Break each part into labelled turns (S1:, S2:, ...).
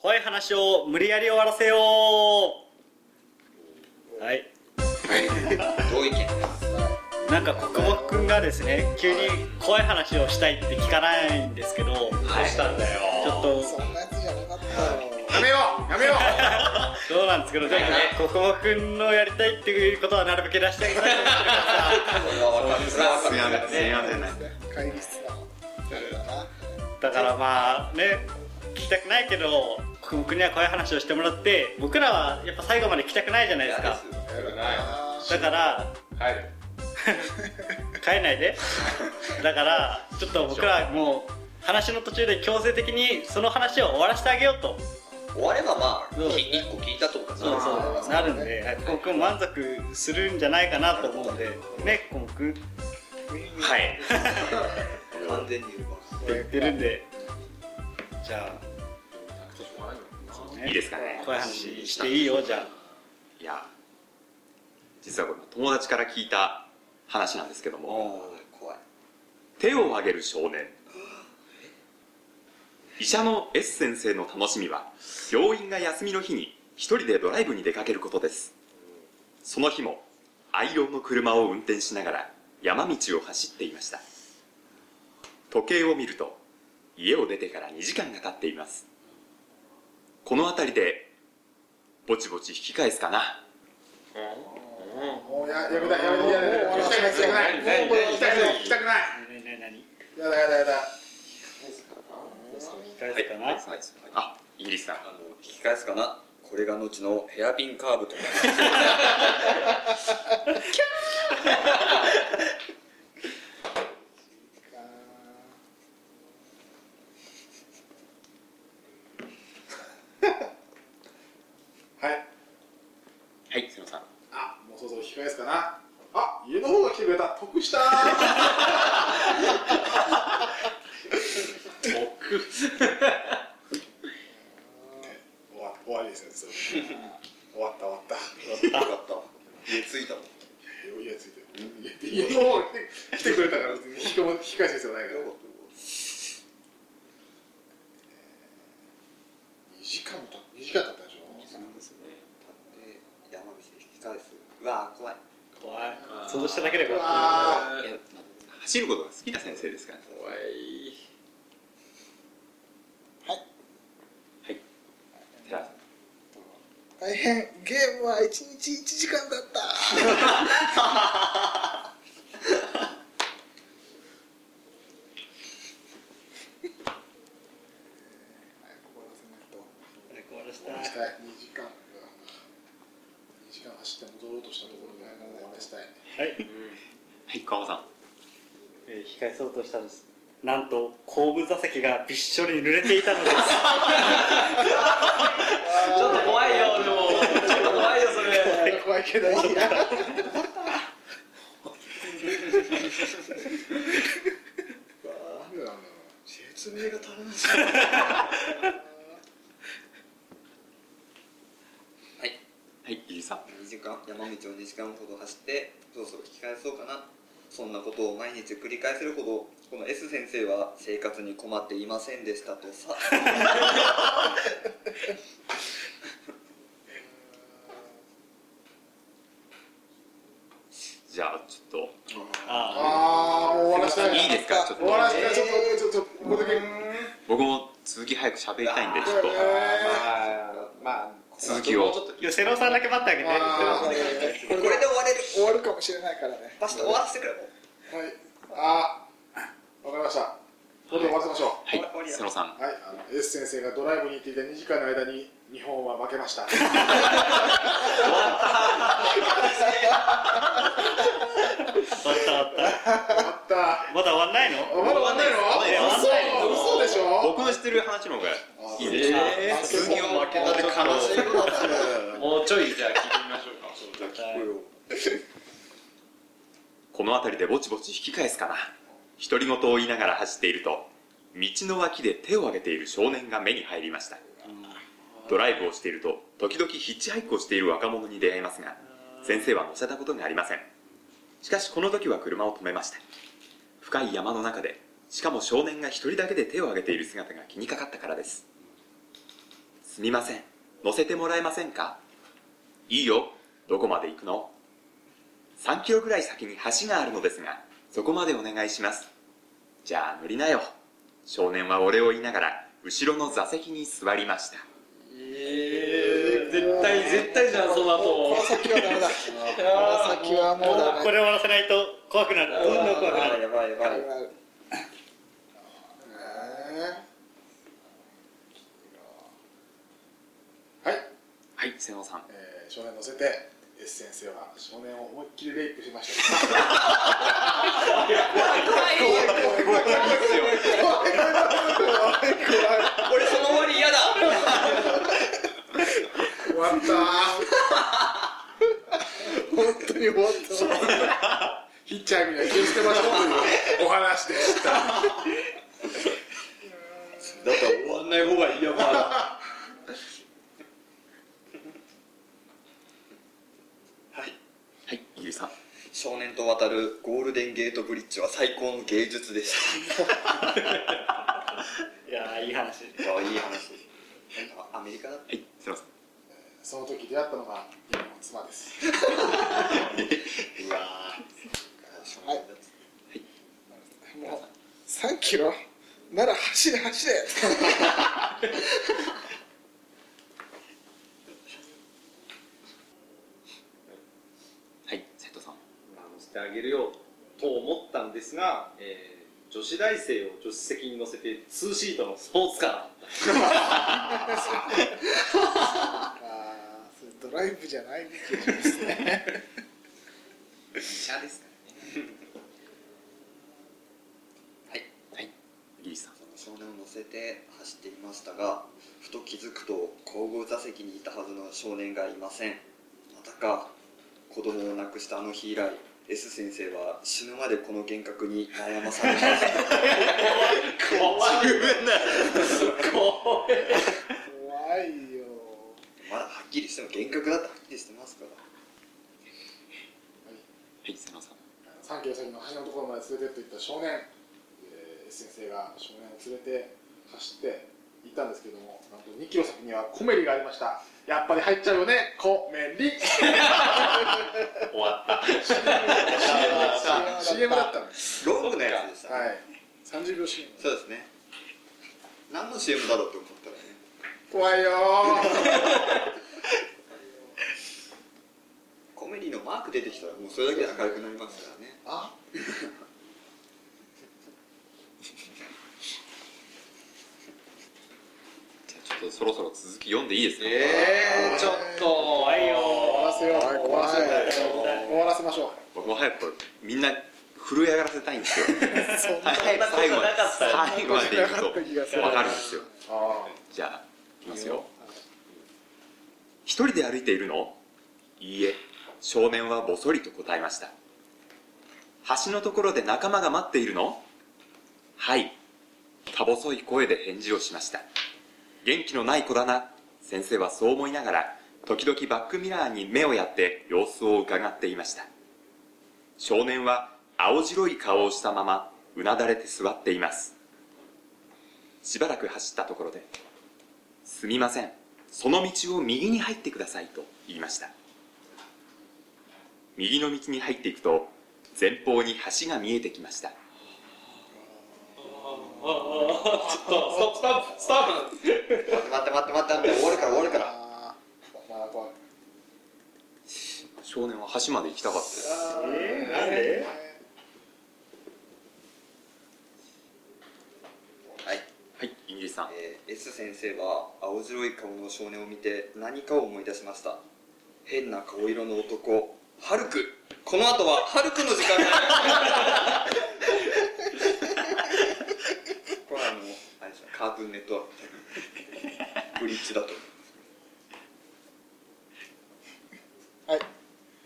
S1: 怖い話を無理やり終わらせようはい
S2: 同意見
S1: なんか国木くんがですね急に怖い話をしたいって聞かないんですけどどうしたんだよちょっ
S3: そ
S1: と
S3: んなやつじゃなかったよ
S2: やめようやめよ
S1: どうなんですけどでもね国木くんのやりたいっていうことはなるべく出してあげたいと思ってるからさ
S2: うそれは分かるそれは分かる
S3: 会議室のあれだな
S1: だからまあね聞きたくないけど国木には怖い話をしてもらって僕らはやっぱ最後まで聞きたくないじゃないですかだから
S4: はいはい
S1: 帰んないでだからちょっと僕らもう話の途中で強制的にその話を終わらせてあげようと
S2: 終わればまあ
S1: そうですね
S2: 1個聞いたとかさ
S1: そうそううなるんではい僕も満足するんじゃないかなと思うんでねここ僕って
S4: はい
S2: 完全に言うわ
S1: 言ってるんでじゃあ、ね
S4: いいですかね
S1: こういう話していいよじゃ
S4: いや実はこれ友達から聞いた話なんですけど
S1: あ
S4: も
S1: お
S2: 怖い
S4: 手を挙げる少年医者の S 先生の楽しみは病院が休みの日に一人でドライブに出かけることですその日も愛用の車を運転しながら山道を走っていました時計を見ると家を出てから2時間が経っていますこの辺りでぼちぼち引き返すかな
S5: もうややめたやめたやめた
S3: もう
S5: 行きたくない行きたく
S3: 何
S5: ないもう行きたくない行きたくない
S1: 何何何聞
S5: やだやだやだ
S1: き返すかな
S4: あイギリスさん
S2: あの聞き返すかなこれが後のヘアピンカーブとか
S5: はい
S4: はいすみません
S5: あもうそろそろ引き返すかなあ家の方が来てくれた得したー終わ終わりですねそれ終わった終わった
S2: よかった家着いたもん
S5: いや家ついてる家の方が来て来てくれたから別に引きこも引き返す必要ないから2時間た2時間経ったでしょ
S2: そうですね立って山道で引き返すうわー怖い
S1: 怖い想像しただけで怖い
S5: あ
S2: いや
S4: 走ることが好きな先生ですからね
S2: 怖い
S4: 寺田さん
S3: 大変ゲームは1日1時間だった
S5: 早く終わらせないと
S1: 終わらせ
S5: 終わら
S1: た
S5: せ
S1: い
S5: たい2時間2時間走って戻ろうとしたところで終わらせたい
S1: はい
S4: はい川尾さん
S1: えー、控えそうとしたんですなんと後部座席がびっしょり濡れていたのです
S2: ちょっと怖いよでもちょっと怖いよそれ
S5: 怖いけどいいや
S2: 説明が足らないはい
S4: はいイギリスさん
S2: 2時間山道を2時間ほど走ってそろそろ引き返そうかなそんなことを毎日繰り返せるほどこの S 先生は生活に困っていませんでしたとさ
S4: じゃあちょっ
S1: あ
S5: ああもう終わらせた
S4: と
S5: い
S4: いいですかちょっ
S5: 終わら
S4: と
S5: せたいちょっとちょっとここだけ
S4: 僕も続き早く喋りたいんでちょっと
S5: まあ
S4: 続きを
S1: あセロさんだけ待ってあげて
S5: あー
S2: これで終
S3: 終わ
S2: われる
S3: るかもしれないからね
S2: パシッと終わらせてくれも
S5: はいあーわかりましたこれで終わらせましょう
S4: はい
S2: 終わりや
S4: 瀬野さ
S5: はい、
S4: ん
S5: あの S 先生がドライブに行っていた2時間の間に日本は負けました
S1: 終わった終わった
S5: 終わった
S1: まだ終わんないの
S5: あまだ終わんないの
S1: いや終わんないよ
S5: 嘘嘘でしょ
S4: 僕の知ってる話の方がいいです
S1: あ
S2: え
S5: ー続きを
S2: 負けたって悲しいことだった
S4: もうちょいじゃあ聞いてみましょ
S1: はい
S4: この辺りでぼちぼち引き返すかな独り言を言いながら走っていると道の脇で手を挙げている少年が目に入りましたドライブをしていると時々ヒッチハイクをしている若者に出会いますが先生は乗せたことがありませんしかしこの時は車を止めました深い山の中でしかも少年が一人だけで手を挙げている姿が気にかかったからですすみません乗せてもらえませんかいいよどこまで行くの3キロぐらい先に橋があるのですがそこまでお願いしますじゃあ乗りなよ少年はお礼を言いながら後ろの座席に座りました
S6: えー、絶対絶対じゃんその
S3: こ
S6: 後
S3: の先はダメだこの先はもうダメ
S1: これ終わらせないと怖くなるどんどん怖くな
S2: あー
S1: る
S2: やばいやばい
S3: はい
S5: はい、
S4: はい瀬野さん
S5: えー、少年乗せて S 先生は少年を思いっきりレイプしました
S6: 俺その終わり嫌だ
S5: 終わったー本当に終わったヒッチャーみたいに気をつけましょうというお話でした
S2: だったら終わんない方がいいやばい
S4: はいゆりさん
S2: 少年と渡るゴールデンゲートブリッジは最高の芸術でし
S1: いやーいい話
S2: たいやいい話なんかアメリカだっ
S4: はい瀬野さん
S5: その時出会ったのが今の妻です
S2: てうわー
S3: はいもう3キロなら走れ走 れ
S4: はい斉藤さん
S6: 乗せてあげるよと思ったんですが、えー女子大生を助手席に乗せてツーシートのスポーツカー
S3: ああそれドライブじゃない
S2: 医者ですか
S4: ゆりさん
S2: その少年を乗せて走っていましたがふと気づくと後部座席にいたはずの少年がいませんまたか子供を亡くしたあの日以来 S 先生は死ぬまでこの幻覚に悩まされました
S3: 怖いよ
S2: まだはっきりしても幻覚だってはっきりしてますから
S4: はい瀬野さん
S5: 3キロ先の橋のところまで連れてっていった少年、えー、先生が少年を連れて走って行ったんですけどもなんと2キロ先にはコメリがありましたやっぱり入っちゃうよねコメリ
S6: 終わった
S5: CM だったんです
S2: ロングなやつでしたね、
S5: はい30秒 CM
S2: そうですね何の CM だろうって思ったらね
S5: 怖いよ
S2: コメディのマーク出てきたらもうそれだけで明るくなりますからね
S5: あ
S4: じゃあちょっとそろそろ続き読んでいいですか、
S6: えー、ちょっと怖いよ
S5: 終わらせよう終わらせよう終わらせましょう
S4: 僕も早くみんな震え上がらせたいん ですよはい最後まで最後までい くと分かるんですよ
S5: あ
S4: じゃあいきますよ一人で歩いているのいいえ少年はぼそりと答えました橋のところで仲間が待っているのはいか細い声で返事をしました元気のない子だな先生はそう思いながら時々バックミラーに目をやって様子を伺っていました少年は青白い顔をしたままうなだれて座っていますしばらく走ったところで「すみませんその道を右に入ってください」と言いました右の道に入っていくと前方に橋が見えてきました
S6: ちょっとストップストップストップ
S2: 待って待って待って待って終わるから終わるから
S5: あまだ怖い
S4: 少年は橋まで行きたかったです
S1: えー、なんで
S2: はい、
S4: はいイギリスさん
S2: えー S 先生は青白い顔の少年を見て何かを思い出しました変な顔色の男ハルクこの後はハルクの時間 だこれはあのあれですよカートゥーンネットワークブリッジだと
S3: はい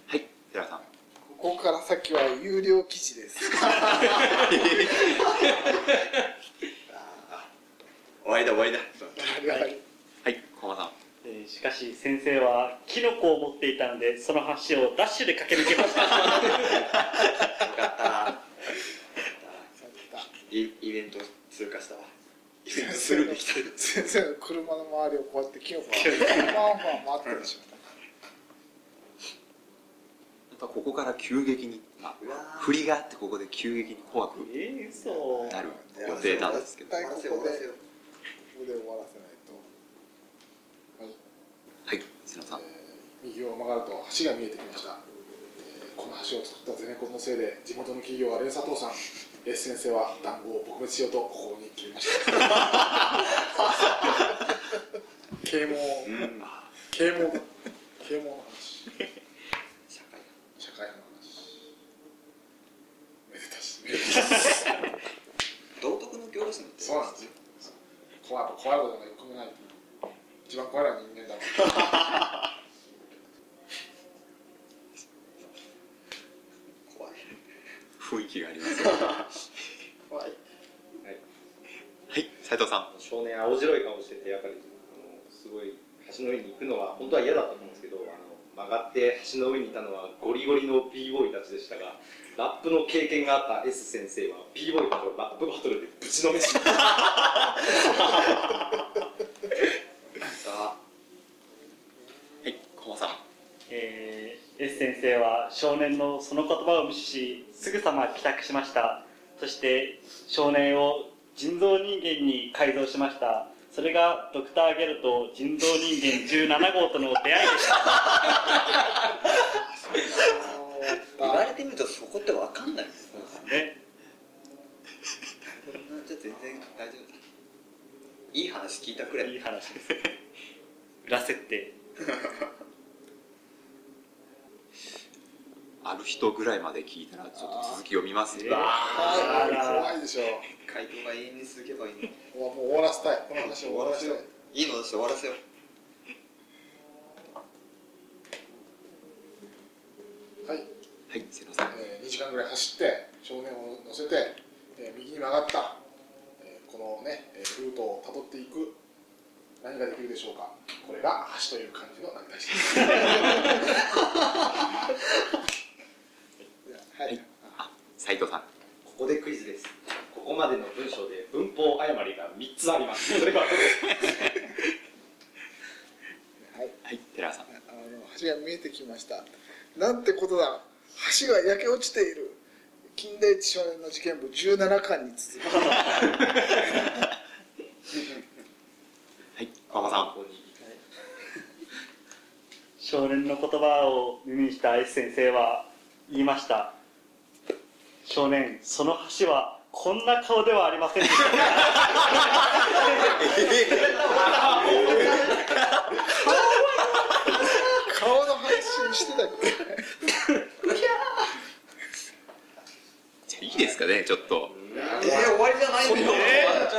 S4: はい寺田さん
S3: ここから先は有料記事です
S2: 終わりだ終わりだ
S4: はい駒場さん
S1: えーしかし先生はキノコを持っていたのでその橋をダッシュで駆け抜けました
S2: よかったイイベント通過したわイベントスルーできたり
S3: 先生の車の周りをこうやってキノコがバンバン回ってるでし
S4: ぱここから急激にあ
S2: うわ
S4: 振りがあってここで急激に怖く
S1: えー、そう
S4: なる
S3: ょ
S4: 予定なんですけど
S3: 絶対
S2: 終わら
S3: ここ
S2: せよう終わらせ
S3: で
S2: よう
S3: ここで終わらせないと
S4: はい瀬野さん
S5: えー右を曲がると橋が見えてきました、えーこの橋を作ったゼネコンのせいで地元の企業は連鎖倒産 S 先生は談合を撲滅しようとここに決めました啓蒙啓蒙啓蒙の話
S2: 社会
S5: 社会派の話めでたし
S2: 道徳の教師のって
S5: そうなんですよ怖い怖いことが一個もない一番怖いのは人間だもん
S2: 怖い
S4: 雰囲気があり ますよは
S2: 怖い
S4: い斉藤さ
S6: 少年青白い顔しててやっぱりあのすごい橋の上に行くのは本当は嫌だったと思うんですけどあの曲がって橋の上にいたのはゴリゴリの b ボーイたちでしたがラップの経験があった S 先生は b ボーイたちをラップバトルでぶちのめしました
S2: さあ
S4: んはい駒さん
S1: えー、S 先生は少年のその言葉を無視しすぐさま帰宅しましたそして少年を人造人間に改造しましたそれがドクター・ゲルと人造人間17号との出会いでした
S2: 言われてみるとそこってわかんないですね
S1: ね
S2: じゃあ全然大丈夫だいい話聞いたくらい
S1: いい話ですね裏設定
S4: ある人ぐらいまで聞いたらちょっと続き読みますね
S1: あら
S5: 怖いでしょ
S2: 回答が永遠に続けばいいの
S5: うわもう終わらせたいこの話を終わらせたい
S2: いいのです終わらせよう
S5: はい
S4: はい瀬野さん
S5: えー2時間ぐらい走って少年を乗せて、えー右に曲がった、えーこのね、えールートをたどっていく何ができるでしょうかこれが橋という感じの何でし
S3: はい、はい
S4: 斉藤さん
S6: ここでクイズですここまでの文章で文法誤りが3つあります それは
S4: はい寺さん
S3: あの橋が見えてきましたなんてことだ橋が焼け落ちている金田一少年の事件簿17巻に続く
S4: はい駒さん
S6: ここに
S1: 少年の言葉を耳にした S 先生は言いました少年その橋はこんな顔ではありませんでした
S3: 顔の配信してたっけ
S4: じゃあいいですかねちょっと
S2: えー、終わりじゃないんだよ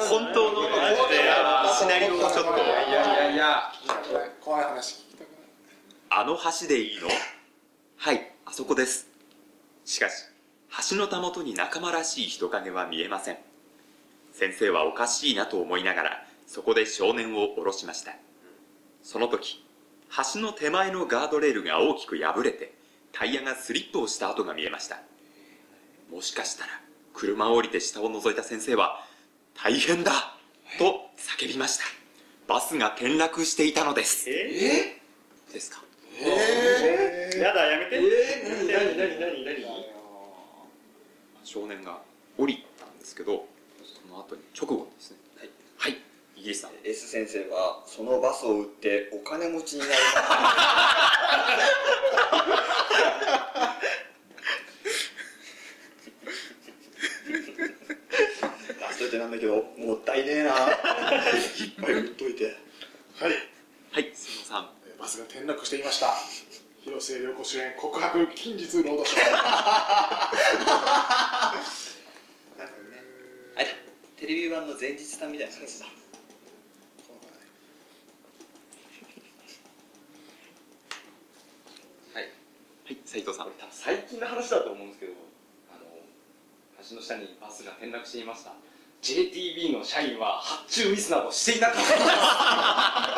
S4: 本当のマジでシナリオをちょっと
S6: いやいやいや
S5: 怖い話聞きたくない
S4: あの橋でいいのはい、あそこです。しかし、橋のたもとに仲間らしい人影は見えません。先生はおかしいなと思いながら、そこで少年を下ろしました。その時、橋の手前のガードレールが大きく破れて、タイヤがスリップをした跡が見えました。もしかしたら、車を降りて下を覗いた先生は、大変だと叫びました。バスが転落していたのです。
S1: え
S4: ですか
S1: ー、やだやめて、
S6: えー、何何何何何
S4: 少年が降りたんですけどその後に直後にですね
S2: はい、
S4: はい、イギリスさん
S2: S 先生はそのバスを売ってお金持ちになりました出しといてなんだけどもったいねえないっぱい売っといて
S5: はい、
S4: はい、すみまさん
S5: えーバスが転落していました広末涼子主演告白近日ロードショ
S2: あれだテレビ版の前日さんみたいな話だ
S4: はい、斉藤さん
S6: これ多分最近の話だと思うんですけどあの橋の下にバスが転落していました JTB の社員は発注ミスなどしていなかった
S4: は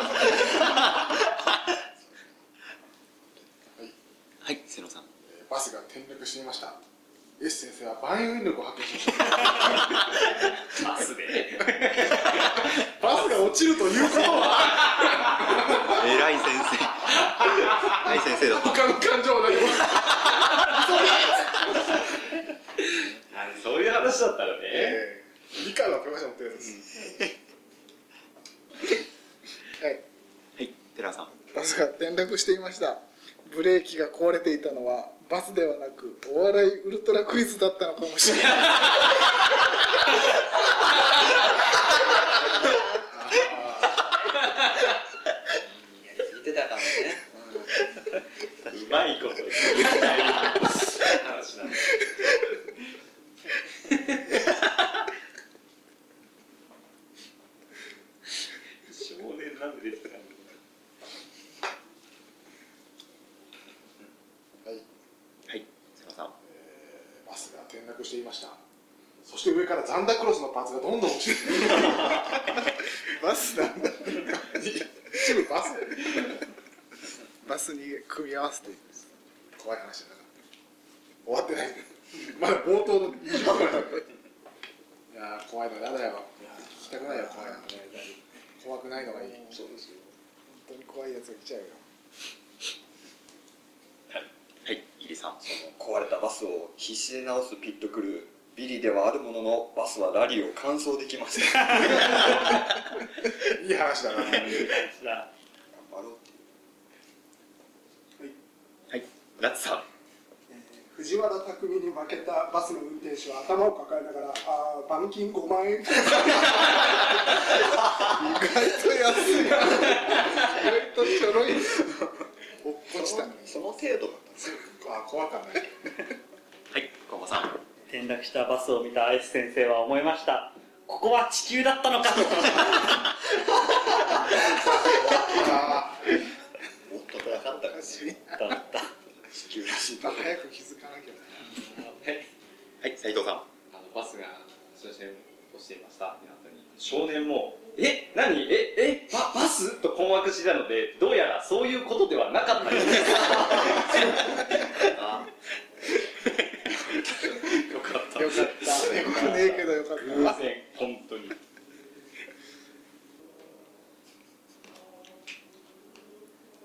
S4: い、瀬野さん
S5: ー、えーバスが転落していました S 先生は万有引力を発見しました
S6: バスで
S5: ちるということは
S4: 偉い先生偉い先生だった
S5: 他の感情は何も
S6: あのそういう話だったらね、
S5: えー理解は分かりましたもんってやつです
S3: はい
S4: はい寺さん
S3: バスが転落していましたブレーキが壊れていたのはバスではなくお笑いウルトラクイズだったのかもしれない
S2: 聞いてたからね、うん
S6: うまいこと言ってない話なんで少年なんでですか
S4: はい寺さん
S5: えーバスが転落していましたそして上からザンダークロスのパーツがどんどん落ちてくる
S3: バスなんだ
S5: 一部バス
S3: バスに組み合わせて
S5: 怖い話だな終わってないまだ冒頭の言い方だいやー怖いのやだよ聞きたくないよ怖いの怖くないのがいい
S2: そうですよ
S3: 本当に怖いやつが来ちゃうよ
S4: はい入りさん
S2: 壊れたバスを必死で直すピットクルービリではあるもののバスはラリーを完走できました 頑
S5: いい話だな
S2: 張ろうって
S4: はいラッツさん
S7: 藤原拓海に負けたバスの運転手は頭を抱えながら、あー板金5万円、
S3: 意外と安いな意外とちょろい
S5: 落っこちたね
S2: その程度だったんですよ
S5: あ怖かったね
S4: はい小浜さん
S1: 転落したバスを見たアイス先生は思いましたここは地球だったのかと
S5: あ
S2: もっと暗かったから
S3: 地
S1: だった
S3: 球らしい早く気づかなきゃ
S4: はい斉藤さん
S6: あのバスが車線をしていましたってなったのに少年も「え何ええババス?」と困惑していたのでどうやらそういうことではなかったようです よかった
S3: よかったよくねえけどよか
S6: 偶
S3: っ
S6: 然本当に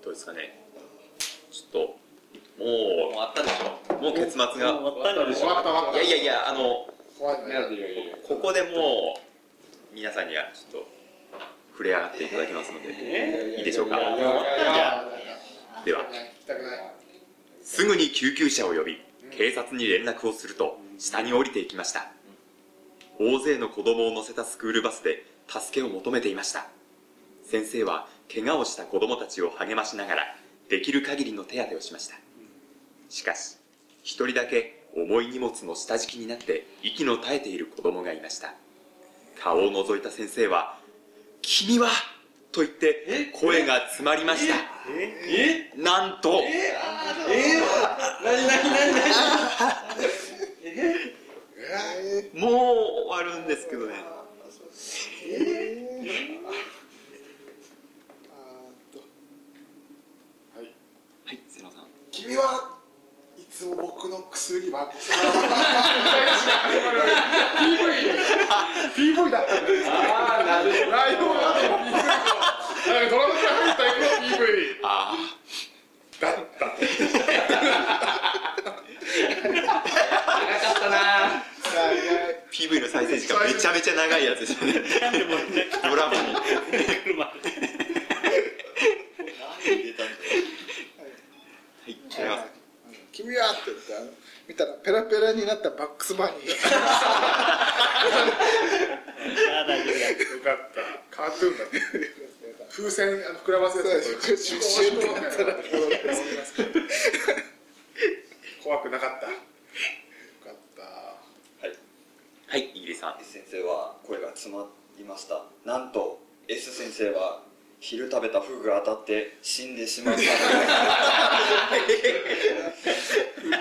S4: どうですかねちょっともう終わったでしょもう結末が
S1: もう終わったんで
S5: ー
S1: し
S5: 終
S1: ょ
S5: わった終わっ
S4: い
S5: た
S4: やいやいやあの
S5: 怖いのやだ
S4: ここでもう皆さんにはちょっと触れ上がっていただきますので、いいでしょうか
S6: いやいやいやいや
S4: では
S5: 聞きたくない
S4: すぐに救急車を呼び警察に連絡をすると下に降りていきました大勢の子供を乗せたスクールバスで助けを求めていました先生は怪我をした子供たちを励ましながらできる限りの手当てをしましたしかし一人だけ重い荷物の下敷きになって息の絶えている子供がいました顔を覗いた先生は「君は!」と言って声が詰まりました
S6: え
S4: なんと
S6: え何何何何
S4: もう終わるんですけどね
S3: たあーっと
S4: はい瀬野さん
S5: 君はいつも僕の薬は PV PV だったんだよ
S6: ああなるほど
S5: ライオンアートの PV なんかドラマから入った PV
S4: あ
S5: だった
S6: 長かったな
S4: あ PV の再生時間めちゃめちゃ長いやつですよね
S1: でもいなく
S4: ドラマに
S1: てくるまで
S2: 何入れたんだ
S4: はい違います
S3: 「君は!」って言ってあの見たらペラペラになったバックスバニー
S1: ああ大丈夫だ
S5: よかったカートゥーンだった風船あの膨らませたやつ
S3: 出身となったら
S5: 怖くなかったよかった
S4: はいイギリさん
S2: S 先生は声が詰まりましたなんと S 先生は昼食べたフグが当たって死んでしまった
S3: 振りが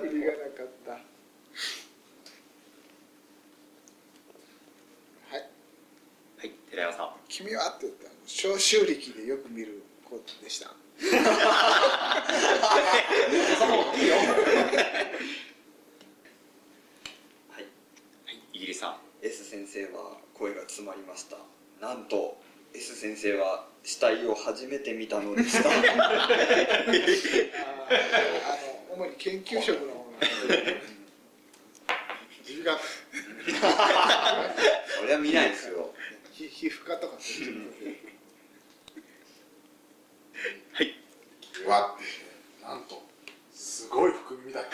S3: 振りがなかったはい
S4: はい寺山さん
S3: 「君は!」って言った召集力でよく見る子でした
S2: はい
S4: はいイギリさん
S2: S 先生は声が詰まりましたなんと S 先生は死体を初めて見たのでした
S3: あの主に研究職の方なんで
S5: 自画
S2: それは見ないですよ
S3: ひ皮膚科とかそういうとこで
S5: わってなんとすごい含みみたいな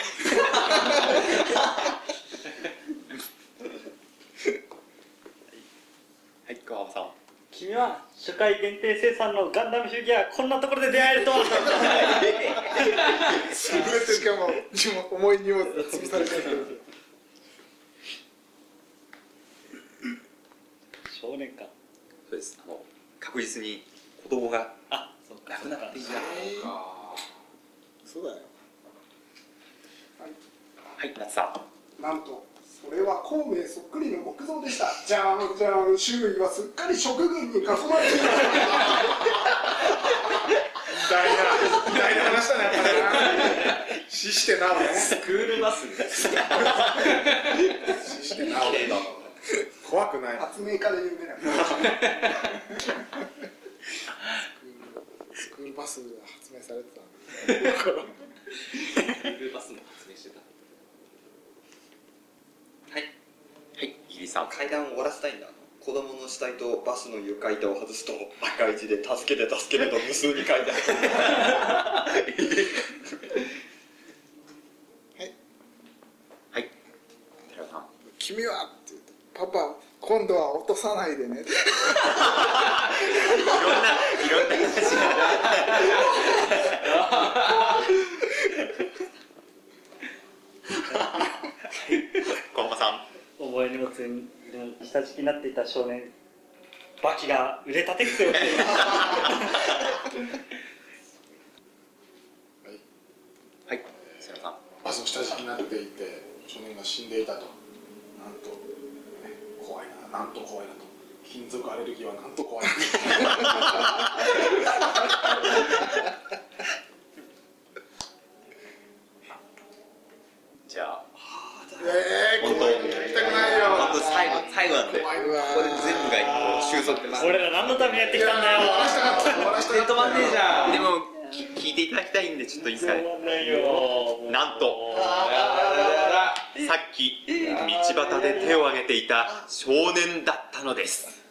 S4: はい、川端さん。
S1: 君は初回限定生産のガンダムフィギュアこんなところで出会えるとは
S3: それで しかも自分重い荷物に潰されちゃってる
S1: 少年か
S4: そうです。あの、確実に子供が
S1: あそうか
S4: 亡くなっていた。
S3: そうだよ
S4: はい、夏さ
S7: なんとそれは孔明そっくりの木造でしたじゃんじゃん周囲はすっかり食軍に囲まれていました
S5: 偉大な偉大な話だねやっぱりな死してなおね
S4: ん。クールバス。
S5: 死してなお怖くない
S7: 発明家で有名な
S3: スクールバスが発明されてたんで
S6: クールバスも発明してた
S2: はい
S4: はい、イギリさん。
S2: 階段を終わらせたいんだ子供の死体とバスの床板を外すと赤い字で「助けて助けて」と無数に書いてある
S4: はい。寺田さん。
S3: 「君は!」って言って「パパ今度は落とさないでね」って
S4: いろんな、いろんな話が。川端さん。
S1: 覚え荷物に下敷きになっていた少年バキが売れたてくせをしています
S4: はい、寺田さん。
S5: バスの下敷きになっていて少年が死んでいたとなんと、ね怖いななんと怖いなと金属アレルギーはなんと怖いな
S4: じゃあ、
S5: ええー、怖いの聞きたくないよ
S4: 本当最後、最後なんで、こ
S5: 怖い
S3: わ
S4: れで全部が一個収束ってます。
S1: 俺ら何のためにやってきたんだよ
S5: 終わらせ
S4: ネットマンデージャー。で
S5: でも
S4: も、き聞いていただきたいんで、ちょっといいですかね。
S1: わんないよ
S4: なんとさっき道端で手を挙げていた少年だったのです